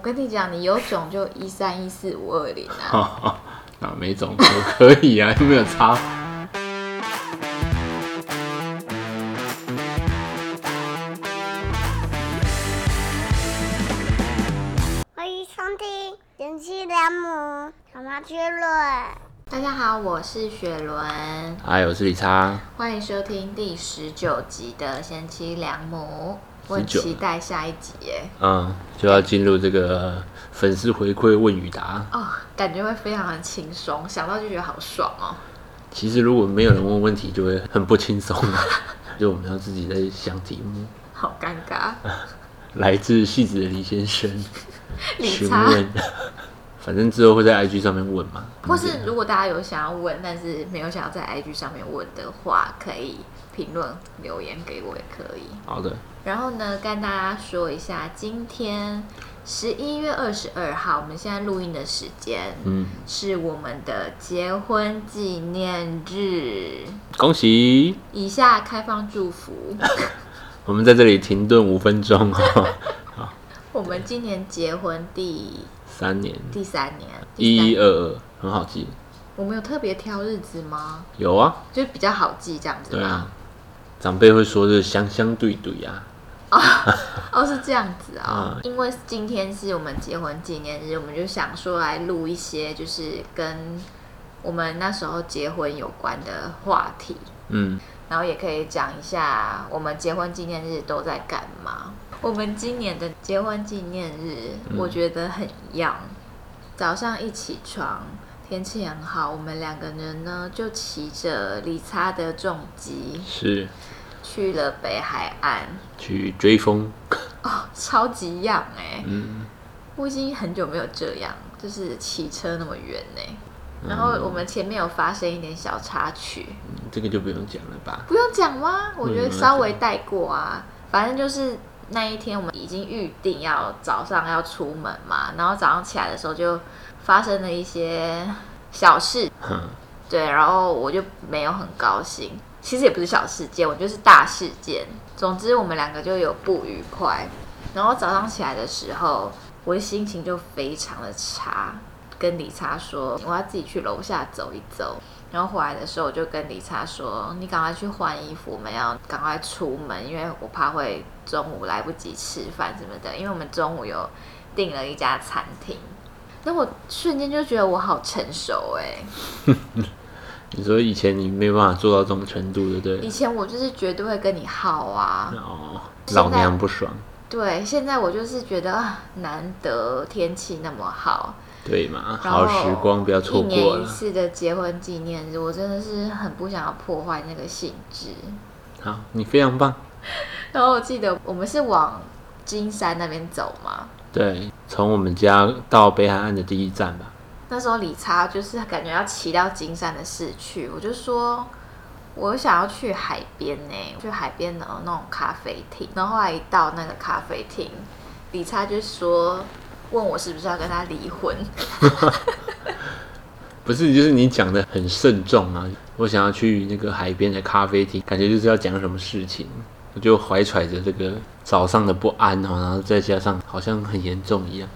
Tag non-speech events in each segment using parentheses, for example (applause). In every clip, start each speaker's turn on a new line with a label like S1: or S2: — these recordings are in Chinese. S1: 跟你讲，你有种就一三一四五二零
S2: (laughs)
S1: 啊！
S2: 哈哈，哪每种都可以啊，又没有差。
S3: 欢迎收听《贤妻良母小妈趣论》。
S1: 大家好，我是雪伦，
S2: 哎，我是理查，
S1: 欢迎收听第十九集的《贤妻良母》，我很
S2: 19
S1: 期待下一集耶！
S2: 嗯，就要进入这个粉丝回馈问与答。
S1: 哦，感觉会非常的轻松，想到就觉得好爽哦。
S2: 其实如果没有人问问题，就会很不轻 (laughs) 松啊。就我们要自己在想题目。
S1: 好尴
S2: (laughs)
S1: 尬，
S2: 来自戏子的李先生
S1: 理
S2: 询
S1: 查，
S2: 问，反正之后会在 IG 上面问嘛。
S1: 或是如果大家有想要问，但是没有想要在 IG 上面问的话，可以评论留言给我也可以。
S2: 好的，
S1: 然后呢，跟大家说一下，今天十一月二十二号，我们现在录音的时间、
S2: 嗯，
S1: 是我们的结婚纪念日。
S2: 恭喜
S1: 以下开放祝
S2: (laughs)
S1: 福，
S2: 我们在这里停顿五分钟 (laughs) 哦，
S1: 我们今年结婚第
S2: 三年
S1: 第三年，第三
S2: 一一二二，很好记。
S1: 我们有特别挑日子吗？
S2: 有啊，
S1: 就比较好记这样子
S2: 对啊
S1: 吗？，
S2: 长辈会说是相相对对啊，
S1: 哦，是这样子啊、
S2: 啊
S1: 因为今天是我们结婚纪念日，我们就想说来录一些就是跟我们那时候结婚有关的话题，
S2: 嗯，
S1: 然后也可以讲一下我们结婚纪念日都在干嘛。我们今年的结婚纪念日，
S2: 嗯
S1: 我觉得很一样。早上一起床，天气很好，我们两个人呢就骑着理查的重机
S2: 是
S1: 去了北海岸，
S2: 去追风，
S1: 哦，超级痒哎、
S2: 嗯，
S1: 我已经很久没有这样，就是骑车那么远呢、然后我们前面有发生一点小插曲，
S2: 这个就不用讲了吧， (laughs)
S1: 不用讲吗？我觉得
S2: 嗯
S1: 稍微带过啊，反正就是那一天我们已经预定要早上要出门嘛，然后早上起来的时候就发生了一些小事，
S2: 哼，
S1: 对，然后我就没有很高兴。其实也不是小事件，我就是大事件。总之，我们两个就有不愉快。然后早上起来的时候，我的心情就非常的差，跟理查说我要自己去楼下走一走。然后回来的时候，我就跟理查说：“你赶快去换衣服，我们要赶快出门，因为我怕会中午来不及吃饭什么的。因为我们中午有订了一家餐厅。”那我瞬间就觉得我好成熟哎、
S2: 你说以前你没办法做到这种程度，对不
S1: 以
S2: 对？
S1: 前我就是绝对会跟你耗啊，
S2: 哦，
S1: 现在
S2: 老娘不爽，
S1: 对，现在我就是觉得啊难得天气那么好，
S2: 对嘛？
S1: 然后
S2: 好时光不要错
S1: 一
S2: 过
S1: 年一
S2: 了。
S1: 次的结婚纪念日，我真的是很不想要破坏那个性质。
S2: 好，你非常棒。
S1: 然后我记得我们是往金山那边走嘛，
S2: 对，从我们家到北海岸的第一站吧。
S1: 那时候理查就是感觉要骑到金山的市区，我就说。我想要去海边呢、去海边的那种咖啡厅。然后后来一到那个咖啡厅，理查就说问我是不是要跟他离婚， (laughs)
S2: 不是，就是你讲的很慎重啊。我想要去那个海边的咖啡厅，感觉就是要讲什么事情，我就怀揣着这个早上的不安哦，然后再加上好像很严重一样。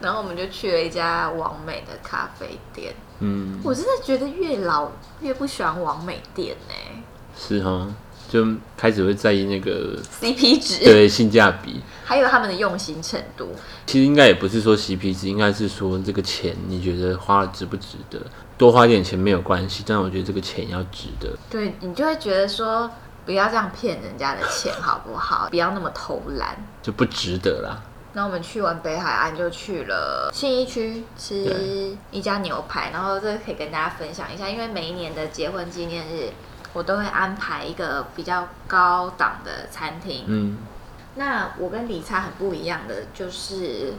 S1: 然后我们就去了一家王美的咖啡店。
S2: 嗯，
S1: 我真的觉得越老越不喜欢王美店欸呢、
S2: 是哈，就开始会在意那个
S1: CP 值，
S2: 对性价
S1: (laughs)
S2: 比。
S1: 还有他们的用心程度。
S2: 其实应该也不是说 CP 值，应该是说这个钱你觉得花了值不值得？多花一点钱没有关系，但我觉得这个钱要值得。
S1: 对你就会觉得说，不要这样骗人家的钱好不好？不要那么偷懒。
S2: 就不值得啦。
S1: 然后我们去完北海岸，就去了信义区吃
S2: 对
S1: 一家牛排。然后这个可以跟大家分享一下，因为每一年的结婚纪念日，我都会安排一个比较高档的餐厅。
S2: 嗯，
S1: 那我跟理查很不一样的就是，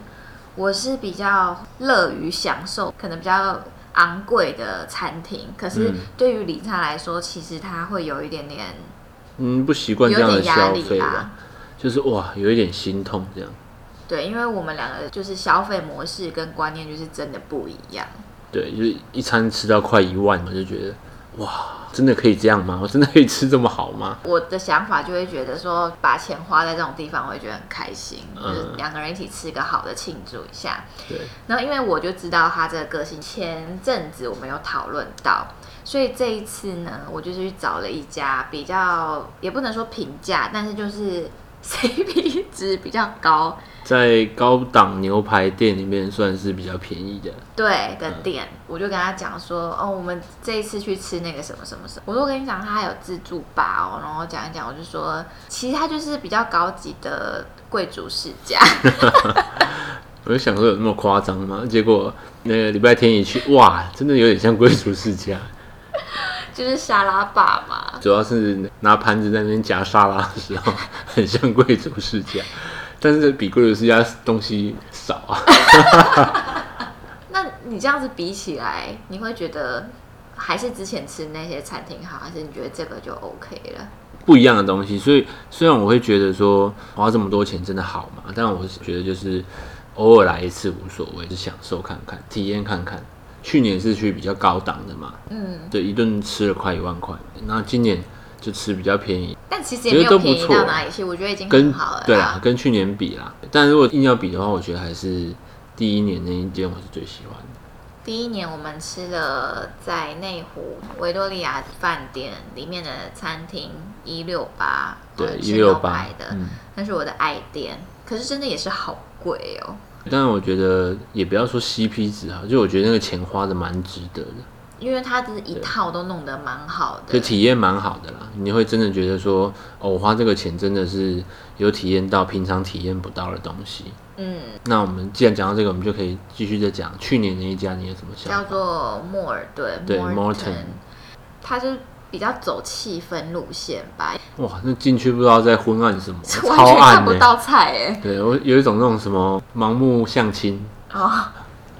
S1: 我是比较乐于享受可能比较昂贵的餐厅，可是
S2: 嗯
S1: 对于理查来说，其实他会有一点点
S2: 嗯，不习
S1: 有
S2: 惯这样的
S1: 点压
S2: 消
S1: 力
S2: 费
S1: 啦
S2: 吧，。就是哇，有一点心痛这样。
S1: 对，因为我们两个就是消费模式跟观念就是真的不一样。
S2: 对，就是一餐吃到快一万，我就觉得哇，真的可以这样吗？我真的可以吃这么好吗？
S1: 我的想法就会觉得说，把钱花在这种地方，我会觉得很开心，就是两个人一起吃个好的庆祝一下。
S2: 对，
S1: 然后因为我就知道他这个个性，前阵子我们有讨论到，所以这一次呢，我就是去找了一家比较也不能说平价，但是就是 (laughs) CP 值比较高
S2: 在高档牛排店里面算是比较便宜的。
S1: 对的
S2: 嗯
S1: 店，我就跟他讲说，哦，我们这一次去吃那个什么什么什么，我说我跟你讲，他还有自助吧哦，然后讲一讲，我就说，其实它就是比较高级的贵族世家， (laughs)
S2: 我就想说有那么夸张吗？结果那个礼拜天一去，哇，真的有点像归属世家， (laughs)
S1: 就是沙拉吧嘛，
S2: 主要是拿盘子在那边夹沙拉的时候， (laughs) 很像贵族世家，但是比贵族世家东西少啊。
S1: 那你这样子比起来，你会觉得还是之前吃那些餐厅好，还是你觉得这个就 OK 了？
S2: 不一样的东西。所以虽然我会觉得说花这么多钱真的好嘛，但我是觉得就是偶尔来一次无所谓，就享受看看，体验看看。去年是去比较高档的嘛，
S1: 嗯，
S2: 对，一顿吃了快一万块，那今年就吃比较便宜，
S1: 但其实也没
S2: 觉得
S1: 有
S2: 都
S1: 便
S2: 不
S1: 宜
S2: 错
S1: 到哪里去，我觉得已经
S2: 跟
S1: 很好了啦。
S2: 对啊，跟去年比啦。但如果硬要比的话，我觉得还是第一年那一间我是最喜欢的。
S1: 第一年我们吃了在内湖维多利亚饭店里面的餐厅一六八，
S2: 对，
S1: 呃
S2: 一
S1: 吃
S2: 六
S1: 牛
S2: 八
S1: 排，的，
S2: 嗯，
S1: 那是我的爱店，可是真的也是好贵哦。
S2: 但我觉得也不要说 CP 值哈，就我觉得那个钱花的蛮值得的。
S1: 因为它这一套都弄得蛮好
S2: 就
S1: 的，
S2: 体验蛮好的啦，你会真的觉得说，哦，我花这个钱真的是有体验到平常体验不到的东西。
S1: 嗯，
S2: 那我们既然讲到这个，我们就可以继续再讲去年那一家你有什么想
S1: 叫
S2: 法？
S1: 做莫尔顿，
S2: 对
S1: Morton
S2: ，Morton，
S1: 他就是比较走气氛路线吧，
S2: 哇，那进去不知道在昏暗什么，
S1: (laughs) 完
S2: 超
S1: 全看
S2: 暗
S1: 不
S2: 呢、
S1: 到菜哎、
S2: 对我有一种那种什么盲目相亲，
S1: 哦，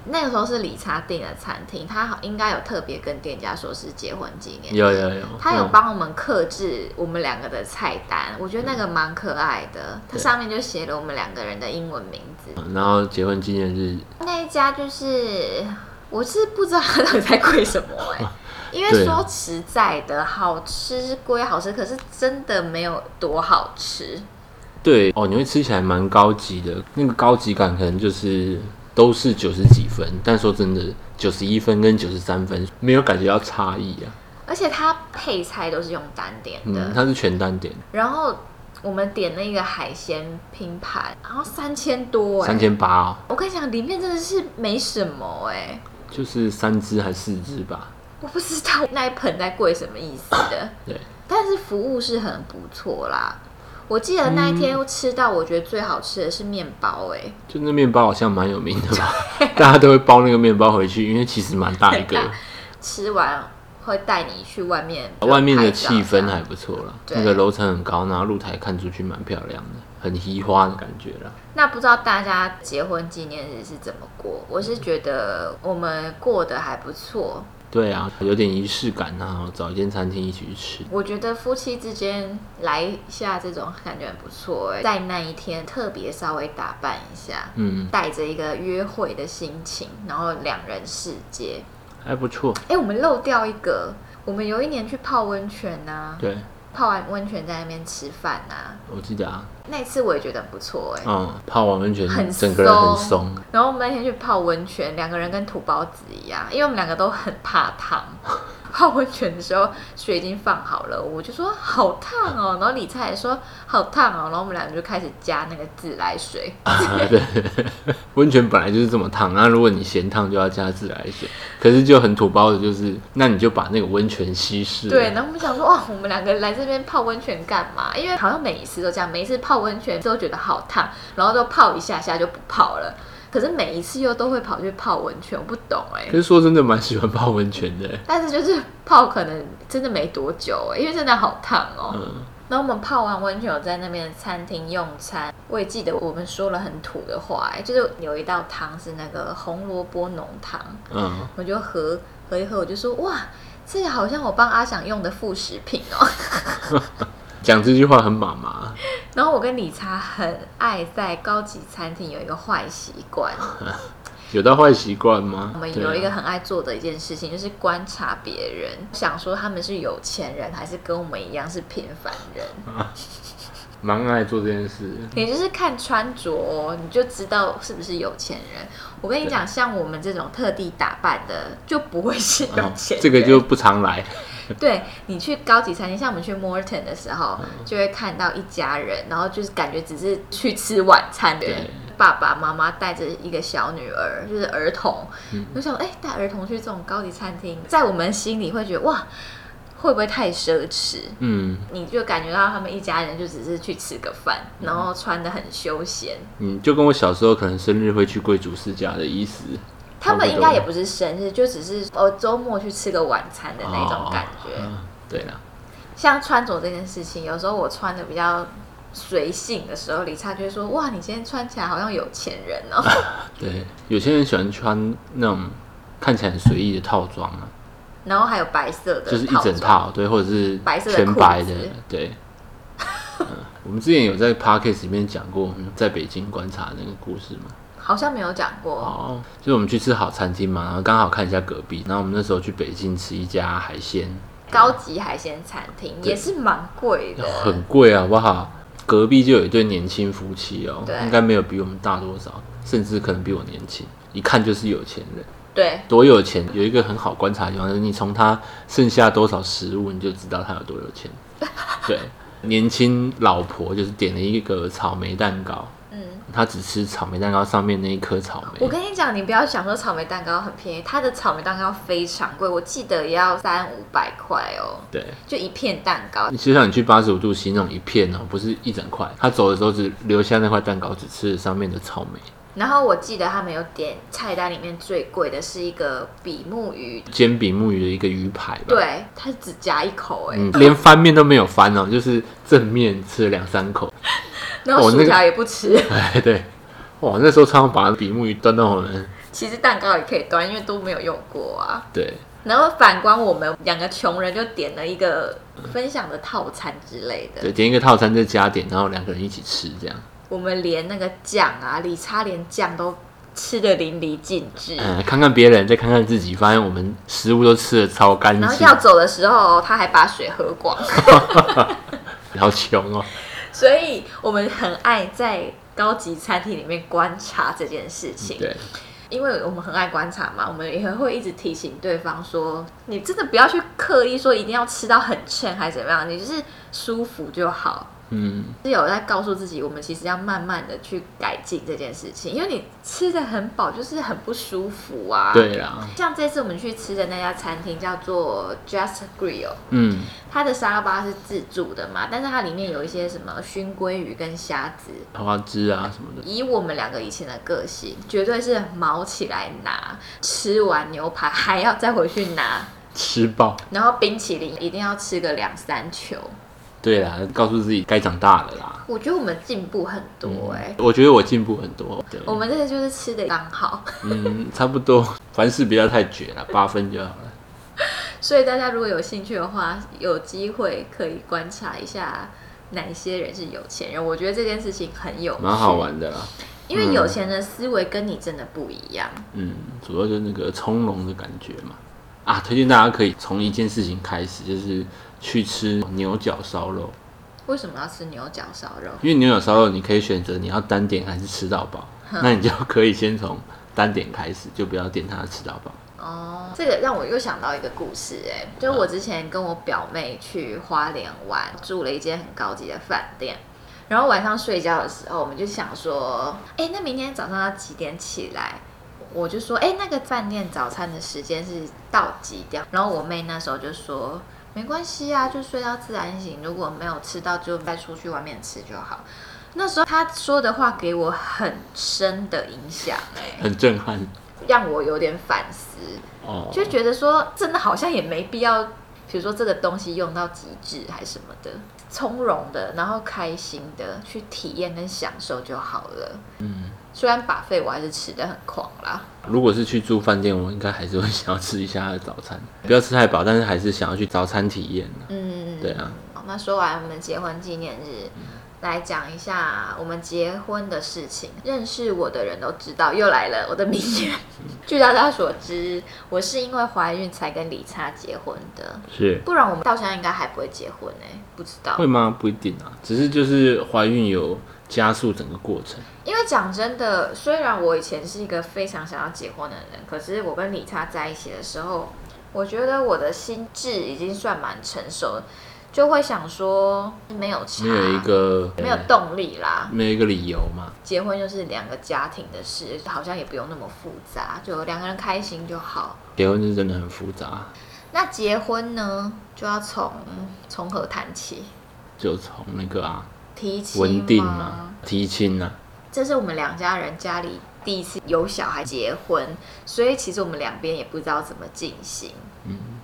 S1: 那个时候是理查订的餐厅，他好应该有特别跟店家说是结婚纪念。
S2: 有有有，
S1: 他有
S2: 嗯
S1: 帮我们克制我们两个的菜单，我觉得那个蛮可爱的。它
S2: 对
S1: 上面就写了我们两个人的英文名字。
S2: 然后结婚纪念日，
S1: 那一家就是，我是不知道它到底在贵什么哎、因为
S2: (laughs) 对
S1: 说实在的，好吃归好吃，可是真的没有多好吃。
S2: 对哦，你会吃起来蛮高级的，那个高级感可能就是都是九十几分，但说真的，九十一分跟九十三分没有感觉到差异啊。
S1: 而且它配菜都是用单点的，
S2: 嗯，它是全单点，
S1: 然后我们点那个海鲜拼盘，然后三千多哎、
S2: 三千八哦，
S1: 我跟你讲，里面真的是没什么哎、
S2: 就是三只还四只吧？
S1: 我不知道那一盆在贵什么意思
S2: (coughs)
S1: 的，
S2: 对，
S1: 但是服务是很不错啦。我记得那一天吃到我觉得最好吃的是面包哎、
S2: 就那面包好像蛮有名的
S1: (laughs)
S2: 吧，大家都会包那个面包回去，因为其实蛮大一个
S1: 很，吃完会带你去外面，
S2: 啊外面的气氛还不错啦，
S1: 对
S2: 那个楼层很高，然后露台看出去蛮漂亮的，很移花的感觉啦。
S1: 那不知道大家结婚纪念日是怎么过？我是觉得我们过得还不错，
S2: 对啊，有点仪式感，啊然后找一间餐厅一起去吃。
S1: 我觉得夫妻之间来一下这种感觉很不错、欸，在那一天特别稍微打扮一下，
S2: 嗯，
S1: 带着一个约会的心情，然后两人世界。
S2: 还不错。
S1: 哎、我们漏掉一个，我们有一年去泡温泉呐、
S2: 对，
S1: 泡完温泉在那边吃饭呐、
S2: 我记得啊，
S1: 那一次我也觉得很不错哎、
S2: 嗯，泡完温泉
S1: 很
S2: 整个人很松， (laughs)
S1: 然后我们那天去泡温泉，两个人跟土包子一样，因为我们两个都很怕烫。 (laughs) 泡温泉的时候，水已经放好了，我就说好烫哦，然后李灿也说好烫哦，然后我们两个就开始加那个自来水，
S2: 对，温泉本来就是这么烫，那如果你嫌烫就要加自来水，可是就很土包子，就是那你就把那个温泉稀释了，
S1: 对，然后我们想说哇，我们两个来这边泡温泉干嘛？因为好像每一次都这样，每一次泡温泉都觉得好烫，然后都泡一下下就不泡了，可是每一次又都会跑去泡温泉，我不懂哎、
S2: 可是说真的，蛮喜欢泡温泉的，
S1: 但是就是泡可能真的没多久、欸，因为真的好烫哦、
S2: 嗯，
S1: 然后我们泡完温泉，有在那边的餐厅用餐。我也记得我们说了很土的话、欸，就是有一道汤是那个红萝卜浓汤，
S2: 嗯，
S1: 我就喝喝一喝，我就说哇，这个好像我帮阿想用的副食品哦、
S2: 讲这句话很妈妈，啊
S1: 然后我跟理查很爱在高级餐厅有一个坏习惯，
S2: 有到坏习惯吗？
S1: 我们
S2: 对啊
S1: 有一个很爱做的一件事情，就是观察别人，想说他们是有钱人还是跟我们一样是平凡人。
S2: 嗯蛮爱做这件事，
S1: 也就是看穿着哦、你就知道是不是有钱人。我跟你讲，像我们这种特地打扮的，就不会是有
S2: 哦
S1: 钱人。
S2: 这个就不常来，
S1: 对你去高级餐厅，像我们去 Morton 的时候，就会看到一家人，然后就是感觉只是去吃晚餐的人
S2: 对。
S1: 爸爸妈妈带着一个小女儿，就是儿童，我想，哎、带儿童去这种高级餐厅，在我们心里会觉得哇，会不会太奢侈？
S2: 嗯，
S1: 你就感觉到他们一家人就只是去吃个饭，然后穿的很休闲。
S2: 嗯，就跟我小时候可能生日会去贵族世家的意思，
S1: 他
S2: 差
S1: 们
S2: 不
S1: 应
S2: 多
S1: 该也不是生日，就只是哦周末去吃个晚餐的那种感觉。
S2: 哦嗯对啦，
S1: 像穿着这件事情，有时候我穿的比较随性的时候，李灿就会说：“哇，你今天穿起来好像有钱人哦。 (laughs)
S2: 对，有些人喜欢穿那种看起来很随意的套装啊，”
S1: 然后还有白色的，
S2: 就是一整。套，对，或者是
S1: 白色的
S2: 全白
S1: 裤
S2: 的
S1: 子，
S2: 对。嗯我们之前有在 podcast 里面讲过，我们在北京观察那个故事嘛。
S1: 好像没有讲过，
S2: 哦，就是我们去吃好餐厅嘛，然后刚好看一下隔壁，然后我们那时候去北京吃一家海鲜，
S1: 高级海鲜餐厅
S2: 对
S1: 也
S2: 哦
S1: 是蛮贵的，
S2: 很贵好不好？隔壁就有一对年轻夫妻哦，
S1: 对
S2: 应该没有比我们大多少，甚至可能比我年轻，一看就是有钱人。
S1: 对，
S2: 多有钱？有一个很好观察的地方，就是你从他剩下多少食物，你就知道他有多有
S1: (laughs)
S2: 钱。对，年轻老婆就是点了一个草莓蛋糕，
S1: 嗯。
S2: 她只吃草莓蛋糕上面那一颗草莓。
S1: 我跟你讲，你不要想说草莓蛋糕很便宜，它的草莓蛋糕非常贵，我记得也要三五百块哦，
S2: 对，
S1: 就一片蛋糕。
S2: 就像你去八十五度 C 那种一片哦，不是一整块。他走的时候只留下那块蛋糕，只吃了上面的草莓
S1: 然后我记得他们有点菜单里面最贵的是一个比目鱼，
S2: 煎饼木鱼的一个鱼排吧。，
S1: 对，它只夹一口哎、
S2: 嗯，连翻面都没有翻哦，就是正面吃了两三口。 (laughs)
S1: 然后
S2: 哦那
S1: 薯
S2: 个
S1: 条也不吃，
S2: 哎，对，哇，那时候常常把比目鱼端到我们。
S1: 其实蛋糕也可以端，因为都没有用过啊。
S2: 对，
S1: 然后反观我们两个穷人，就点了一个分享的套餐之类的
S2: 对，，点一个套餐再加点，然后两个人一起吃这样。
S1: 我们连那个酱啊，理查连酱都吃的淋漓尽致。
S2: 嗯，看看别人，再看看自己，发现我们食物都吃的超干
S1: 然后
S2: 净，
S1: 要走的时候，他还把水喝光， (laughs)
S2: 好穷哦。
S1: 所以我们很爱在高级餐厅里面观察这件事情。
S2: 对，
S1: 因为我们很爱观察嘛，我们也会一直提醒对方说，你真的不要去刻意说一定要吃到很撑还是怎么样，你就是舒服就好。
S2: 嗯，
S1: 是有在告诉自己，我们其实要慢慢的去改进这件事情，因为你吃的很饱，就是很不舒服啊。，
S2: 对啦，
S1: 像这次我们去吃的那家餐厅叫做 Just Grill，
S2: 嗯，
S1: 它的沙拉吧是自助的嘛，但是它里面有一些什么熏鲑鱼跟虾子，
S2: 花枝啊什么的，
S1: 以我们两个以前的个性，绝对是毛起来拿，吃完牛排还要再回去拿，
S2: 吃爆。
S1: 然后冰淇淋一定要吃个两三球。
S2: 对啦，告诉自己该长大了啦。
S1: 我觉得我们进步很多哎、
S2: 我觉得我进步很多。对，
S1: 我们这个就是吃的刚好，
S2: 嗯，差不多， (laughs) 凡事不要太绝了，八分就好了。
S1: 所以大家如果有兴趣的话，有机会可以观察一下哪些人是有钱人。我觉得这件事情很有趣，
S2: 蛮好，玩的啦。
S1: 因为有钱人思维跟你真的不一样。
S2: 嗯，主要就是那个从容的感觉嘛。啊，推荐大家可以从一件事情开始，就是去吃牛角烧肉，
S1: 为什么要吃牛角烧肉？
S2: 因为牛角烧肉你可以选择你要单点还是吃到饱，那你就可以先从单点开始，就不要点它的吃到饱。
S1: 哦，这个让我又想到一个故事、哎，就我之前跟我表妹去花莲玩，住了一间很高级的饭店。然后晚上睡觉的时候，我们就想说，哎，那明天早上要几点起来？我就说，哎，那个饭店早餐的时间是到几点？然后我妹那时候就说，没关系啊，就睡到自然醒，如果没有吃到就再出去外面吃就好。那时候她说的话给我很深的影响、哎，
S2: 很震撼
S1: 让我有点反思。
S2: 哦，
S1: 就觉得说真的好像也没必要，比如说这个东西用到极致还什么的，从容的，然后开心的去体验跟享受就好了。
S2: 嗯，
S1: 虽然把费我还是吃的很狂啦，
S2: 如果是去住饭店，我应该还是会 (laughs) 想要吃一下它的早餐，不要吃太饱，但是还是想要去早餐体验啊
S1: 嗯，
S2: 对啊，嗯
S1: 好。那说完我们结婚纪念日，来讲一下我们结婚的事情。认识我的人都知道，又来了我的名言。
S2: (laughs)
S1: 据大家所知，我是因为怀孕才跟李差结婚的，
S2: 是
S1: 不然我们到现在应该还不会结婚呢、欸不知道
S2: 会，吗？不一定啊，只是就是怀孕有加速整个过程。
S1: 因为讲真的，虽然我以前是一个非常想要结婚的人，可是我跟李差在一起的时候，我觉得我的心智已经算蛮成熟了，就会想说没有差，
S2: 没有一个
S1: 没有动力啦。
S2: 没有一个理由嘛，
S1: 结婚就是两个家庭的事，好像也不用那么复杂，就两个人开心就好。
S2: 结婚是真的很复杂，
S1: 那结婚呢，就要从从何谈起？
S2: 就从那个啊
S1: 提亲
S2: 稳定
S1: 吗
S2: 啊、提亲啊，
S1: 这是我们两家人家里第一次有小孩结婚，所以其实我们两边也不知道怎么进行。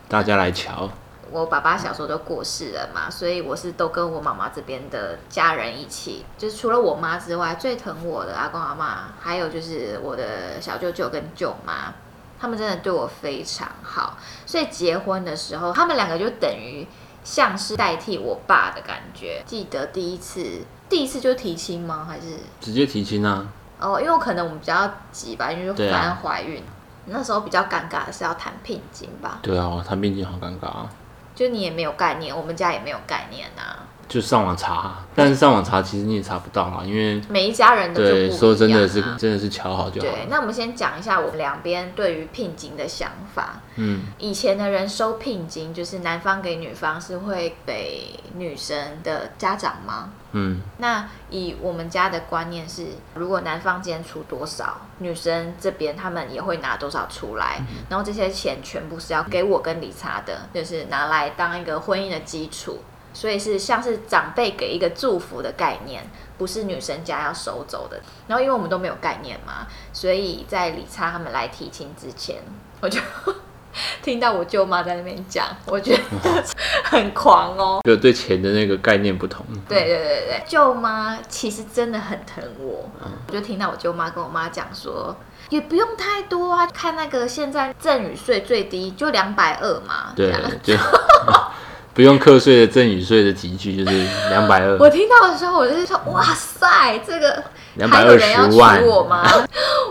S2: 大家来瞧。
S1: 我爸爸小时候就过世了嘛，所以我是都跟我妈妈这边的家人一起，就是除了我妈之外，最疼我的阿公阿妈，还有就是我的小舅舅跟舅妈，他们真的对我非常好，所以结婚的时候，他们两个就等于像是代替我爸的感觉。记得第一次，第一次就提亲吗？还是
S2: 直接提亲啊，
S1: 哦，因为可能我们比较急吧，因为
S2: 对啊
S1: 反正怀孕，那时候比较尴尬的是要谈聘金吧，
S2: 对啊，我谈聘金好尴尬啊，
S1: 就你也没有概念，我们家也没有概念啊，
S2: 就上网查啊，但是上网查其实你也查不到啦，因为
S1: 每一家人的就不一
S2: 对
S1: 样、啊。
S2: 说真的是真的是瞧好就好
S1: 对，
S2: 了，
S1: 那我们先讲一下我们两边对于聘金的想法。
S2: 嗯，
S1: 以前的人收聘金，就是男方给女方是会给女生的家长吗？
S2: 嗯，
S1: 那以我们家的观念是，如果男方今天出多少，女生这边他们也会拿多少出来，然后这些钱全部是要给我跟理查的，就是拿来当一个婚姻的基础，所以是像是长辈给一个祝福的概念，不是女生家要收走的。然后因为我们都没有概念嘛，所以在理查他们来提亲之前，我就 (laughs) 听到我舅妈在那边讲，我觉得 (laughs) 很狂哦。
S2: 就对钱的那个概念不同，
S1: 对对对对，舅妈其实真的很疼我，我就听到我舅妈跟我妈讲说，也不用太多啊，看那个现在赠与税最低就两百二嘛，
S2: 对
S1: 这样，
S2: 就 (laughs) 不用课税的赠与税的集聚就是两百
S1: 我
S2: 二，
S1: 听到的时候，我就是说，哇塞，这个
S2: 220
S1: 还有人要娶我
S2: 万 (laughs)
S1: 吗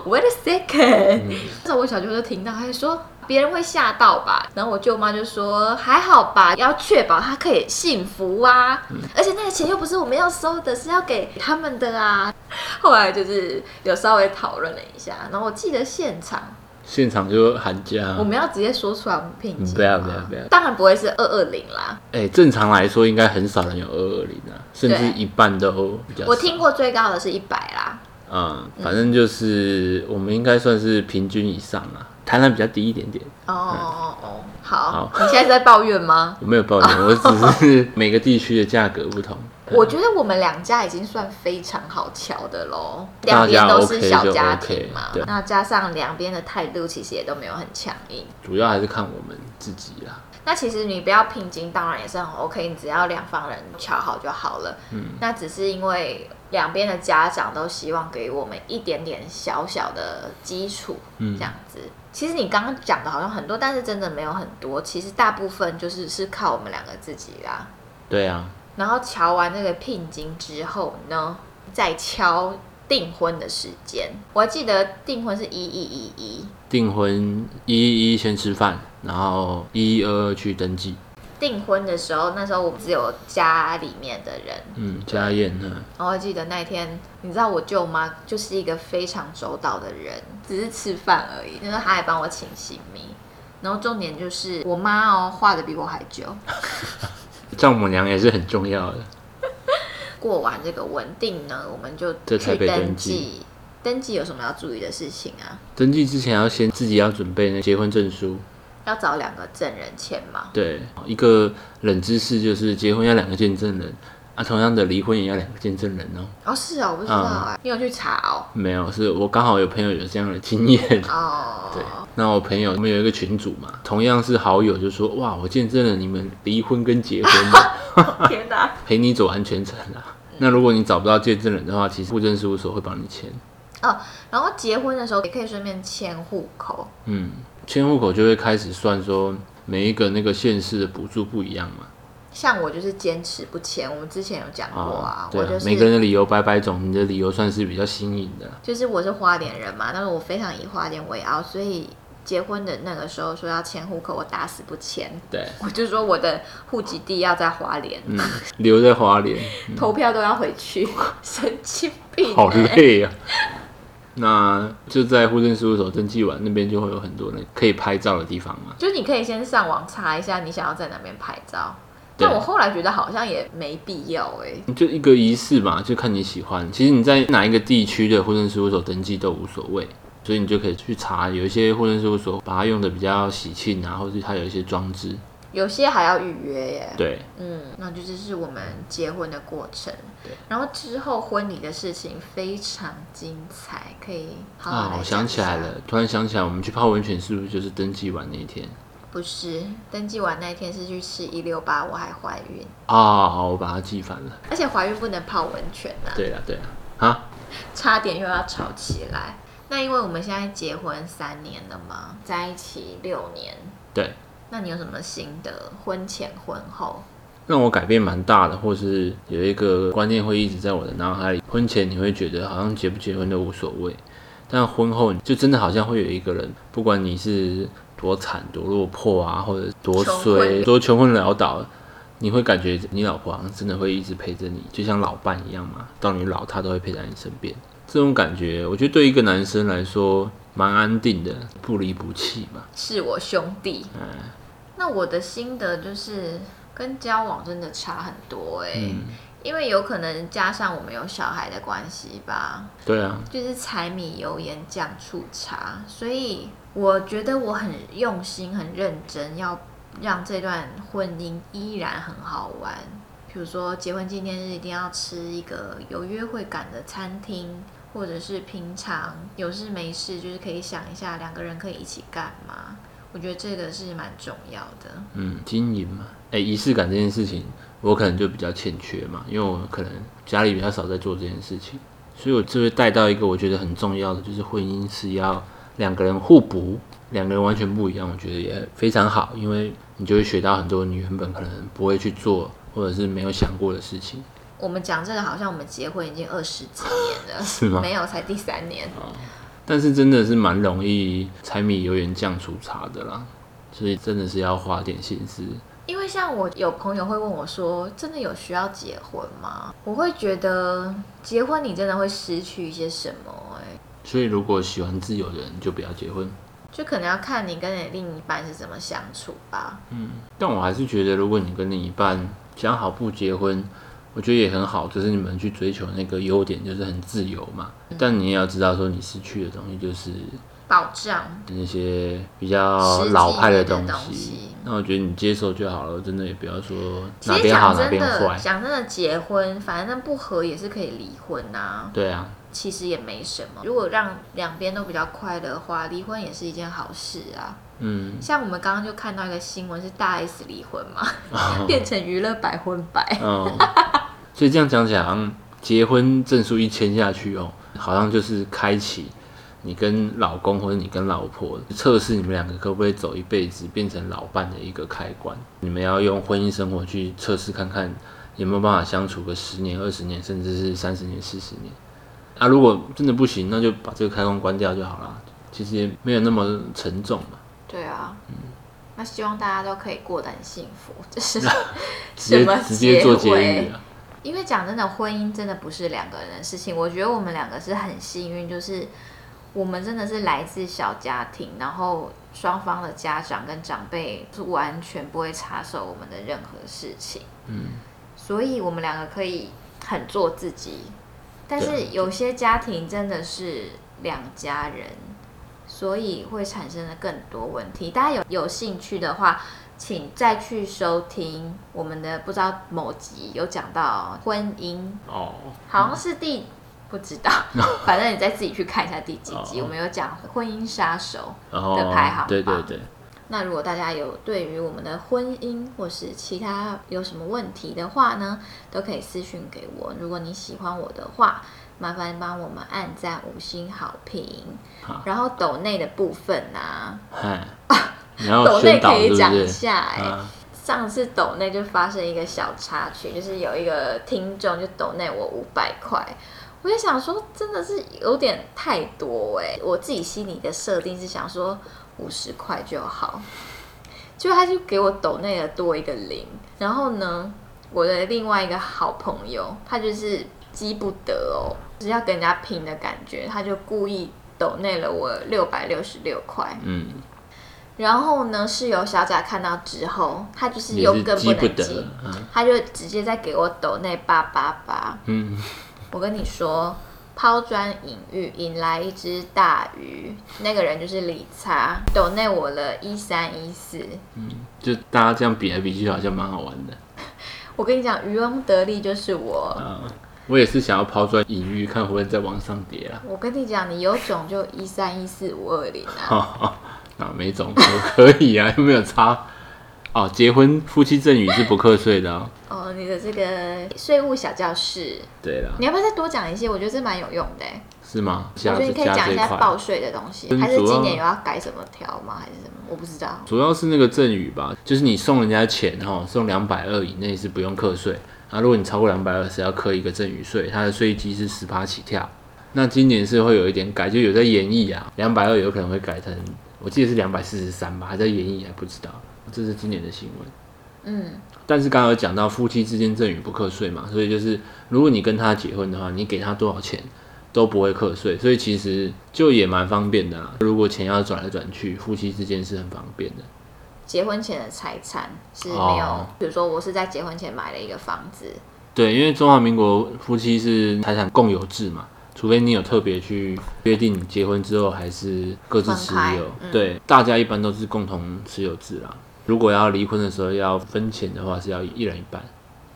S1: ？Wait a second！、那时
S2: 嗯
S1: 候我小舅就听到，他就说别人会吓到吧。然后我舅妈就说还好吧，要确保他可以幸福啊。
S2: 嗯
S1: 而且那个钱又不是我们要收的，是要给他们的啊。 (laughs) 后来就是有稍微讨论了一下，然后我记得现场
S2: 现场就喊价啊
S1: 我，们要直接说出来我们聘金吗，
S2: 嗯不要不要不要
S1: 当然不会是二二零啦。
S2: 哎，正常来说应该很少人有二二零啊，甚
S1: 对
S2: 至一半都比较少，
S1: 我听过最高的是一百啦，
S2: 嗯，反正就是我们应该算是平均以上啊，台南比较低一点点。
S1: 哦哦哦，哦，好
S2: 嗯好，
S1: 你现在是在抱怨吗？
S2: 我没有抱怨，我只是每个地区的价格不同。
S1: 我觉得我们两家已经算非常好瞧的喽，两
S2: 大家
S1: 边
S2: OK
S1: 都是小家庭嘛，
S2: 就 OK，对
S1: 那加上两边的态度其实也都没有很强硬。
S2: 主要还是看我们自己啦。
S1: 那其实你不要聘金，当然也是很 OK，你只要两方人瞧好就好了。嗯，那只是因为两边的家长都希望给我们一点点小小的基础，
S2: 嗯
S1: 这样子。其实你刚刚讲的好像很多，但是真的没有很多。其实大部分就是是靠我们两个自己啦、
S2: 对啊，
S1: 然后瞧完那个聘金之后呢，再敲订婚的时间。我还记得订婚是一一一一，
S2: 订婚一一先吃饭，然后一一二二去登记。
S1: 订婚的时候，那时候我们只有家里面的人。
S2: 嗯，家宴呢，
S1: 然后我记得那一天，你知道我舅妈就是一个非常周到的人，只是吃饭而已，就是她还帮我请新密。然后重点就是我妈哦，画的比我还久。
S2: 丈母娘也是很重要的。
S1: 过完这个文定呢，我们就
S2: 在台
S1: 去
S2: 北登
S1: 登
S2: 记
S1: 记。登记有什么要注意的事情啊？
S2: 登记之前要先自己要准备那结婚证书。
S1: 要找两个证人签吗？
S2: 对，一个冷知识就是结婚要两个见证人，啊，同样的离婚也要两个见证人哦。
S1: 哦，是啊、我不知道
S2: 嗯
S1: 啊、你有去查哦？
S2: 没有，是我刚好有朋友有这样的经验。 (laughs)
S1: 哦，
S2: 对，那我朋友我们有一个群主嘛，同样是好友，就说哇，我见证了你们离婚跟结婚的，
S1: 天哪！
S2: (laughs) 陪你走完全程啦。那如果你找不到见证人的话，其实户政事务所会帮你签。
S1: 哦，然后结婚的时候也可以顺便迁户口，
S2: 嗯，迁户口就会开始算说每一个那个县市的补助不一样嘛。
S1: 像我就是坚持不签，我们之前有讲过啊，
S2: 对
S1: 我
S2: 啊
S1: 就，是
S2: 每个人的理由百百种，你的理由算是比较新颖的。
S1: 就是我是花莲人嘛，但是我非常以花莲为傲，所以结婚的那个时候说要迁户口，我打死不迁。
S2: 对，
S1: 我就说我的户籍地要在花莲，
S2: 嗯，留在花莲，
S1: 投票都要回去，神经病、
S2: 好
S1: 欸！
S2: 累呀、那就在户政事务所登记完，那边就会有很多那可以拍照的地方嘛。
S1: 就你可以先上网查一下你想要在哪边拍照，
S2: 对
S1: 但我后来觉得好像也没必要哎、
S2: 就一个仪式嘛，就看你喜欢。其实你在哪一个地区的户政事务所登记都无所谓，所以你就可以去查，有一些户政事务所把它用的比较喜庆啊，或是它有一些装置。
S1: 有些还要预约耶。
S2: 对，
S1: 嗯，那就这是我们结婚的过程
S2: 对。
S1: 然后之后婚礼的事情非常精彩，可以好好
S2: 啊，
S1: 来讲
S2: 我想
S1: 一
S2: 起
S1: 下
S2: 来了，突然想起来，我们去泡温泉是不是就是登记完那一天
S1: 不是，登记完那一天是去吃一六八，我还怀孕，
S2: 啊？我把它记反了。
S1: 而且怀孕不能泡温泉啊，
S2: 对了，对了，啊，
S1: 差点又要吵起来。那因为我们现在结婚三年了嘛，在一起六年，
S2: 对，
S1: 那你有什么心得？婚前婚后，
S2: 让我改变蛮大的，或是有一个观念会一直在我的脑海里。婚前你会觉得好像结不结婚都无所谓，但婚后你就真的好像会有一个人，不管你是多惨、多落魄啊，或者多
S1: 穷
S2: 衰、
S1: 困
S2: 多穷困潦倒，你会感觉你老婆好像真的会一直陪着你，就像老伴一样嘛，到你老她都会陪在你身边。这种感觉，我觉得对一个男生来说蛮安定的，不离不弃吧。
S1: 是我兄弟。那我的心得就是跟交往真的差很多哎、
S2: 嗯，
S1: 因为有可能加上我们有小孩的关系吧，
S2: 对啊，
S1: 就是柴米油盐酱醋茶，所以我觉得我很用心、很认真，要让这段婚姻依然很好玩。比如说结婚纪念日一定要吃一个有约会感的餐厅，或者是平常有事没事就是可以想一下两个人可以一起干嘛。我觉得这个是蛮重要的。
S2: 嗯，经营嘛，哎、仪式感这件事情，我可能就比较欠缺嘛，因为我可能家里比较少在做这件事情，所以我就会带到一个我觉得很重要的，就是婚姻是要两个人互补，两个人完全不一样，我觉得也非常好，因为你就会学到很多你原本可能不会去做，或者是没有想过的事情。
S1: 我们讲这个好像我们结婚已经二十几年了，
S2: 是吗
S1: 没有，才第三年。
S2: 但是真的是蛮容易柴米油盐酱醋茶的啦，所以真的是要花点心思。
S1: 因为像我有朋友会问我说：“真的有需要结婚吗？”我会觉得结婚你真的会失去一些什么、欸，
S2: 所以如果喜欢自由的人，就不要结婚。
S1: 就可能要看你跟你另一半是怎么相处吧。
S2: 但我还是觉得，如果你跟另一半讲好不结婚，我觉得也很好，就是你们去追求那个优点，就是很自由嘛。
S1: 嗯
S2: 但你也要知道，说你失去的东西就是
S1: 保障
S2: 那些比较
S1: 实际
S2: 老派东
S1: 的东西
S2: 那我觉得你接受就好了，真的也不要说
S1: 其
S2: 哪
S1: 实
S2: 边好
S1: 讲
S2: 哪
S1: 真
S2: 边
S1: 的，
S2: 坏。
S1: 讲真的，结婚反正不合也是可以离婚呐、
S2: 对啊，
S1: 其实也没什么。如果让两边都比较快乐的话，离婚也是一件好事啊。
S2: 嗯，
S1: 像我们刚刚就看到一个新闻，是大 S 离婚
S2: (laughs)
S1: 嘛，变成娱乐百分百。
S2: 哦， (laughs) 所以这样讲起来，好像结婚证书一签下去哦，好像就是开启你跟老公或者你跟老婆测试你们两个可不可以走一辈子变成老伴的一个开关。你们要用婚姻生活去测试看看有没有办法相处个十年、二十年，甚至是三十年、四十年。啊，如果真的不行，那就把这个开关关掉就好啦。其实也没有那么沉重嘛，
S1: 对啊，
S2: 嗯
S1: 那希望大家都可以过得很幸福，这是什
S2: 直
S1: 么
S2: 接直接做结
S1: 尾
S2: 语啊。
S1: 因为讲真的，婚姻真的不是两个人的事情。我觉得我们两个是很幸运，就是我们真的是来自小家庭，然后双方的家长跟长辈是完全不会插手我们的任何事情。
S2: 嗯，
S1: 所以我们两个可以很做自己。但
S2: 对
S1: 是有些家庭真的是两家人，所以会产生了更多问题。大家有有兴趣的话，请再去收听我们的不知道某集有讲到婚姻，
S2: 哦，
S1: 好像是第 (laughs) 不知道，反正你再自己去看一下第几集，
S2: 哦
S1: 我们有讲婚姻杀手。
S2: 然后
S1: 的排行
S2: 对对
S1: 榜
S2: 对。
S1: 那如果大家有对于我们的婚姻或是其他有什么问题的话呢，都可以私讯给我。如果你喜欢我的话，麻烦帮我们按赞五星好评。
S2: 好
S1: 然后抖内的部分啊，
S2: 嗨，你
S1: (laughs)
S2: 要
S1: 抖内
S2: 哎哦宣导
S1: 可
S2: 对
S1: 以
S2: 不
S1: 讲一
S2: 对？
S1: 下哎、
S2: 啊，
S1: 上次抖内就发生一个小插曲，就是有一个听众就抖内我五百块，我也想说真的是有点太多哎、我自己心里的设定是想说五十块就好， (laughs) 就他就给我抖内的多一个零，然后呢，我的另外一个好朋友他就是积不得哦，就是要跟人家拼的感觉，他就故意抖内了我六百六十六块，
S2: 嗯，
S1: 然后呢，室友小贾看到之后，他就是
S2: 也
S1: 又
S2: 是
S1: 更
S2: 记
S1: 能
S2: 得
S1: 记，
S2: 啊，
S1: 他就直接在给我抖那八八八。
S2: 嗯，
S1: 我跟你说，抛砖引玉，引来一只大鱼。那个人就是李查，抖内我了一三一四。
S2: 就大家这样比来比去，好像蛮好玩的
S1: 我跟你讲，渔翁得利就是我。
S2: 啊。我也是想要抛砖引玉，看会不会再往上叠啦。 (laughs)
S1: 我跟你讲，你有种就一三一四五二零啊！
S2: 哈哈，啊，没总说可以啊，又没有差。哦，结婚夫妻赠与是不课税的、哦。
S1: 哦，你的这个税务小教室，
S2: 对啦，
S1: 你要不要再多讲一些？我觉得这蛮有用的欸、
S2: 是吗？
S1: 我
S2: 下
S1: 觉得
S2: 次
S1: 你可以
S2: 加
S1: 讲
S2: 这
S1: 一
S2: 一
S1: 下报
S2: 块，
S1: 税的东西
S2: 嗯，
S1: 还是
S2: 主要
S1: 今年有要改什么条吗？还是什么？我不知道。
S2: 主要是那个赠与吧，就是你送人家钱哈、哦，送两百二以内是不用课税。啊，如果你超过两百二，是要课一个赠与税，它的税基是十八起跳。那今年是会有一点改，就有在演绎啊，两百二有可能会改成，我记得是两百四十三吧，还在演绎，还啊不知道。这是今年的新闻。
S1: 嗯，
S2: 但是刚刚有讲到夫妻之间赠与不课税嘛，所以就是如果你跟他结婚的话，你给他多少钱都不会课税，所以其实就也蛮方便的啦。如果钱要转来转去，夫妻之间是很方便的。
S1: 结婚前的财产是没有，
S2: 哦
S1: 比如说我是在结婚前买了一个房子，
S2: 对，因为中华民国夫妻是财产共有制嘛，除非你有特别去约定，你结婚之后还是各自持
S1: 分开
S2: 有。
S1: 嗯
S2: 对，大家一般都是共同持有制啦。如果要离婚的时候要分钱的话，是要一人一半。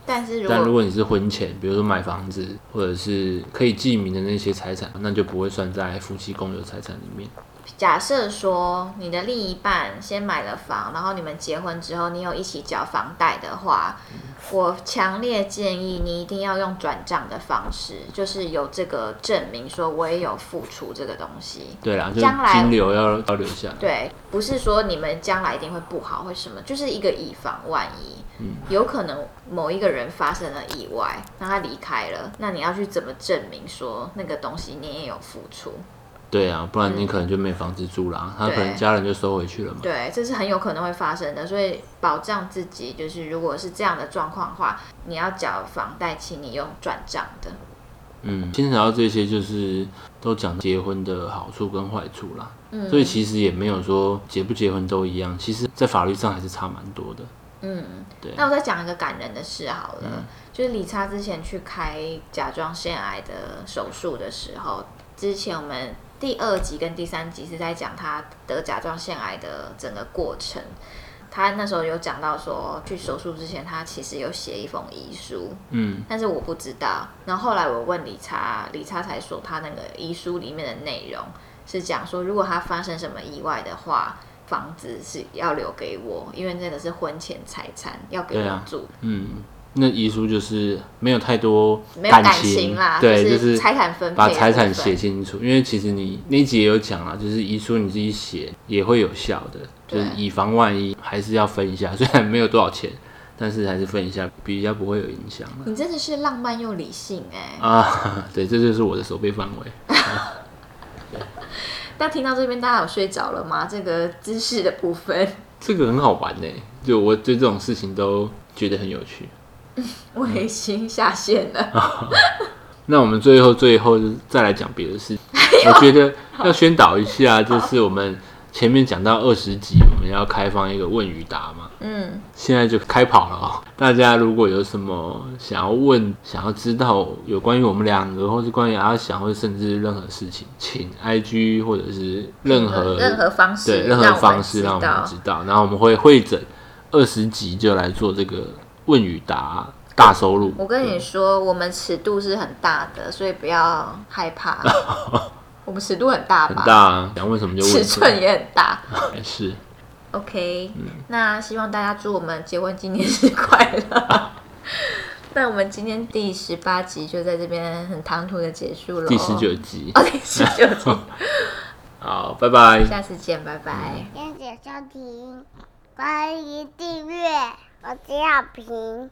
S1: 但是如
S2: 但如
S1: 果
S2: 果你是婚前，比如说买房子或者是可以记名的那些财产，那就不会算在夫妻共有财产里面。
S1: 假设说你的另一半先买了房，然后你们结婚之后你有一起缴房贷的话，
S2: 嗯
S1: 我强烈建议你一定要用转账的方式，就是有这个证明说我也有付出这个东西。
S2: 对啦，就是
S1: 将来
S2: 金流要要留下来。
S1: 对，不是说你们将来一定会不好或什么，就是一个以防万一。有可能某一个人发生了意外，那他离开了，那你要去怎么证明说那个东西你也有付出？
S2: 对啊，不然你可能就没房子住啦，他可能
S1: 嗯对
S2: 家人就收回去了嘛。
S1: 对，这是很有可能会发生的，所以保障自己，就是如果是这样的状况的话，你要缴房贷，请你用转账的。
S2: 嗯，先聊到这些，就是都讲结婚的好处跟坏处啦。
S1: 嗯，
S2: 所以其实也没有说结不结婚都一样，其实在法律上还是差蛮多的。
S1: 嗯，
S2: 对
S1: 那我再讲一个感人的事好了，就是李查之前去开甲状腺癌的手术的时候，之前我们第二集跟第三集是在讲他得甲状腺癌的整个过程。他那时候有讲到说，去手术之前，他其实有写一封遗书，
S2: 嗯，
S1: 但是我不知道。然后后来我问理查，理查才说他那个遗书里面的内容是讲说，如果他发生什么意外的话，房子是要留给我，因为那个是婚前财产，要给
S2: 对
S1: 我
S2: 啊
S1: 住，
S2: 嗯，那遗书就是没有太多
S1: 没有感
S2: 情，
S1: 情啦，
S2: 对，就是
S1: 财产分配，
S2: 把财产写。清楚，因为其实你那一集也有讲啊，就是遗书你自己写也会有效的，就
S1: 对
S2: 是以防万一，还是要分一下。虽然没有多少钱，但是还是分一下，比较不会有影响
S1: 你真的是浪漫又理性哎、
S2: 啊。对，这就是我的手背范围。
S1: 那听到这边，大家有睡着了吗？这个姿势的部分， (laughs)
S2: 这个很好玩呢、就我对这种事情都觉得很有趣。
S1: 我已经下线了。
S2: 嗯那我们最后最后就是再来讲别
S1: (laughs)
S2: 的事，我觉得要宣导一下，就是我们前面讲到二十集，我们要开放一个问与答嘛。
S1: 嗯，
S2: 现在就开跑了哦！大家如果有什么想要问、想要知道有关于我们两个，或是关于阿翔，或者甚至任何事情，请 IG 或者是任
S1: (laughs)
S2: 何
S1: 任何方式
S2: 对任何
S1: 让我们
S2: 方式
S1: 知
S2: 让我们
S1: 道
S2: 知道，然后我们会会诊二十集就来做这个问与答大收入。
S1: 我跟你说，我们尺度是很大的，所以不要害
S2: (laughs)
S1: 怕。我们尺度很大
S2: 很
S1: 吧？
S2: 大、啊，想问什么就问什
S1: 尺
S2: 么。
S1: 寸也很
S2: (laughs)
S1: 大。
S2: 是
S1: OK，、那
S2: 嗯
S1: 希望大家祝我们结婚纪念日快
S2: (laughs)
S1: 乐。那我们今天第十八集就在这边很唐突的结束了。
S2: 第十九集。
S1: 哦，第十九
S2: (laughs)
S1: 集，
S2: 好，拜拜。
S1: 下次见，拜拜。
S3: 谢谢收听，欢迎订阅。我只好平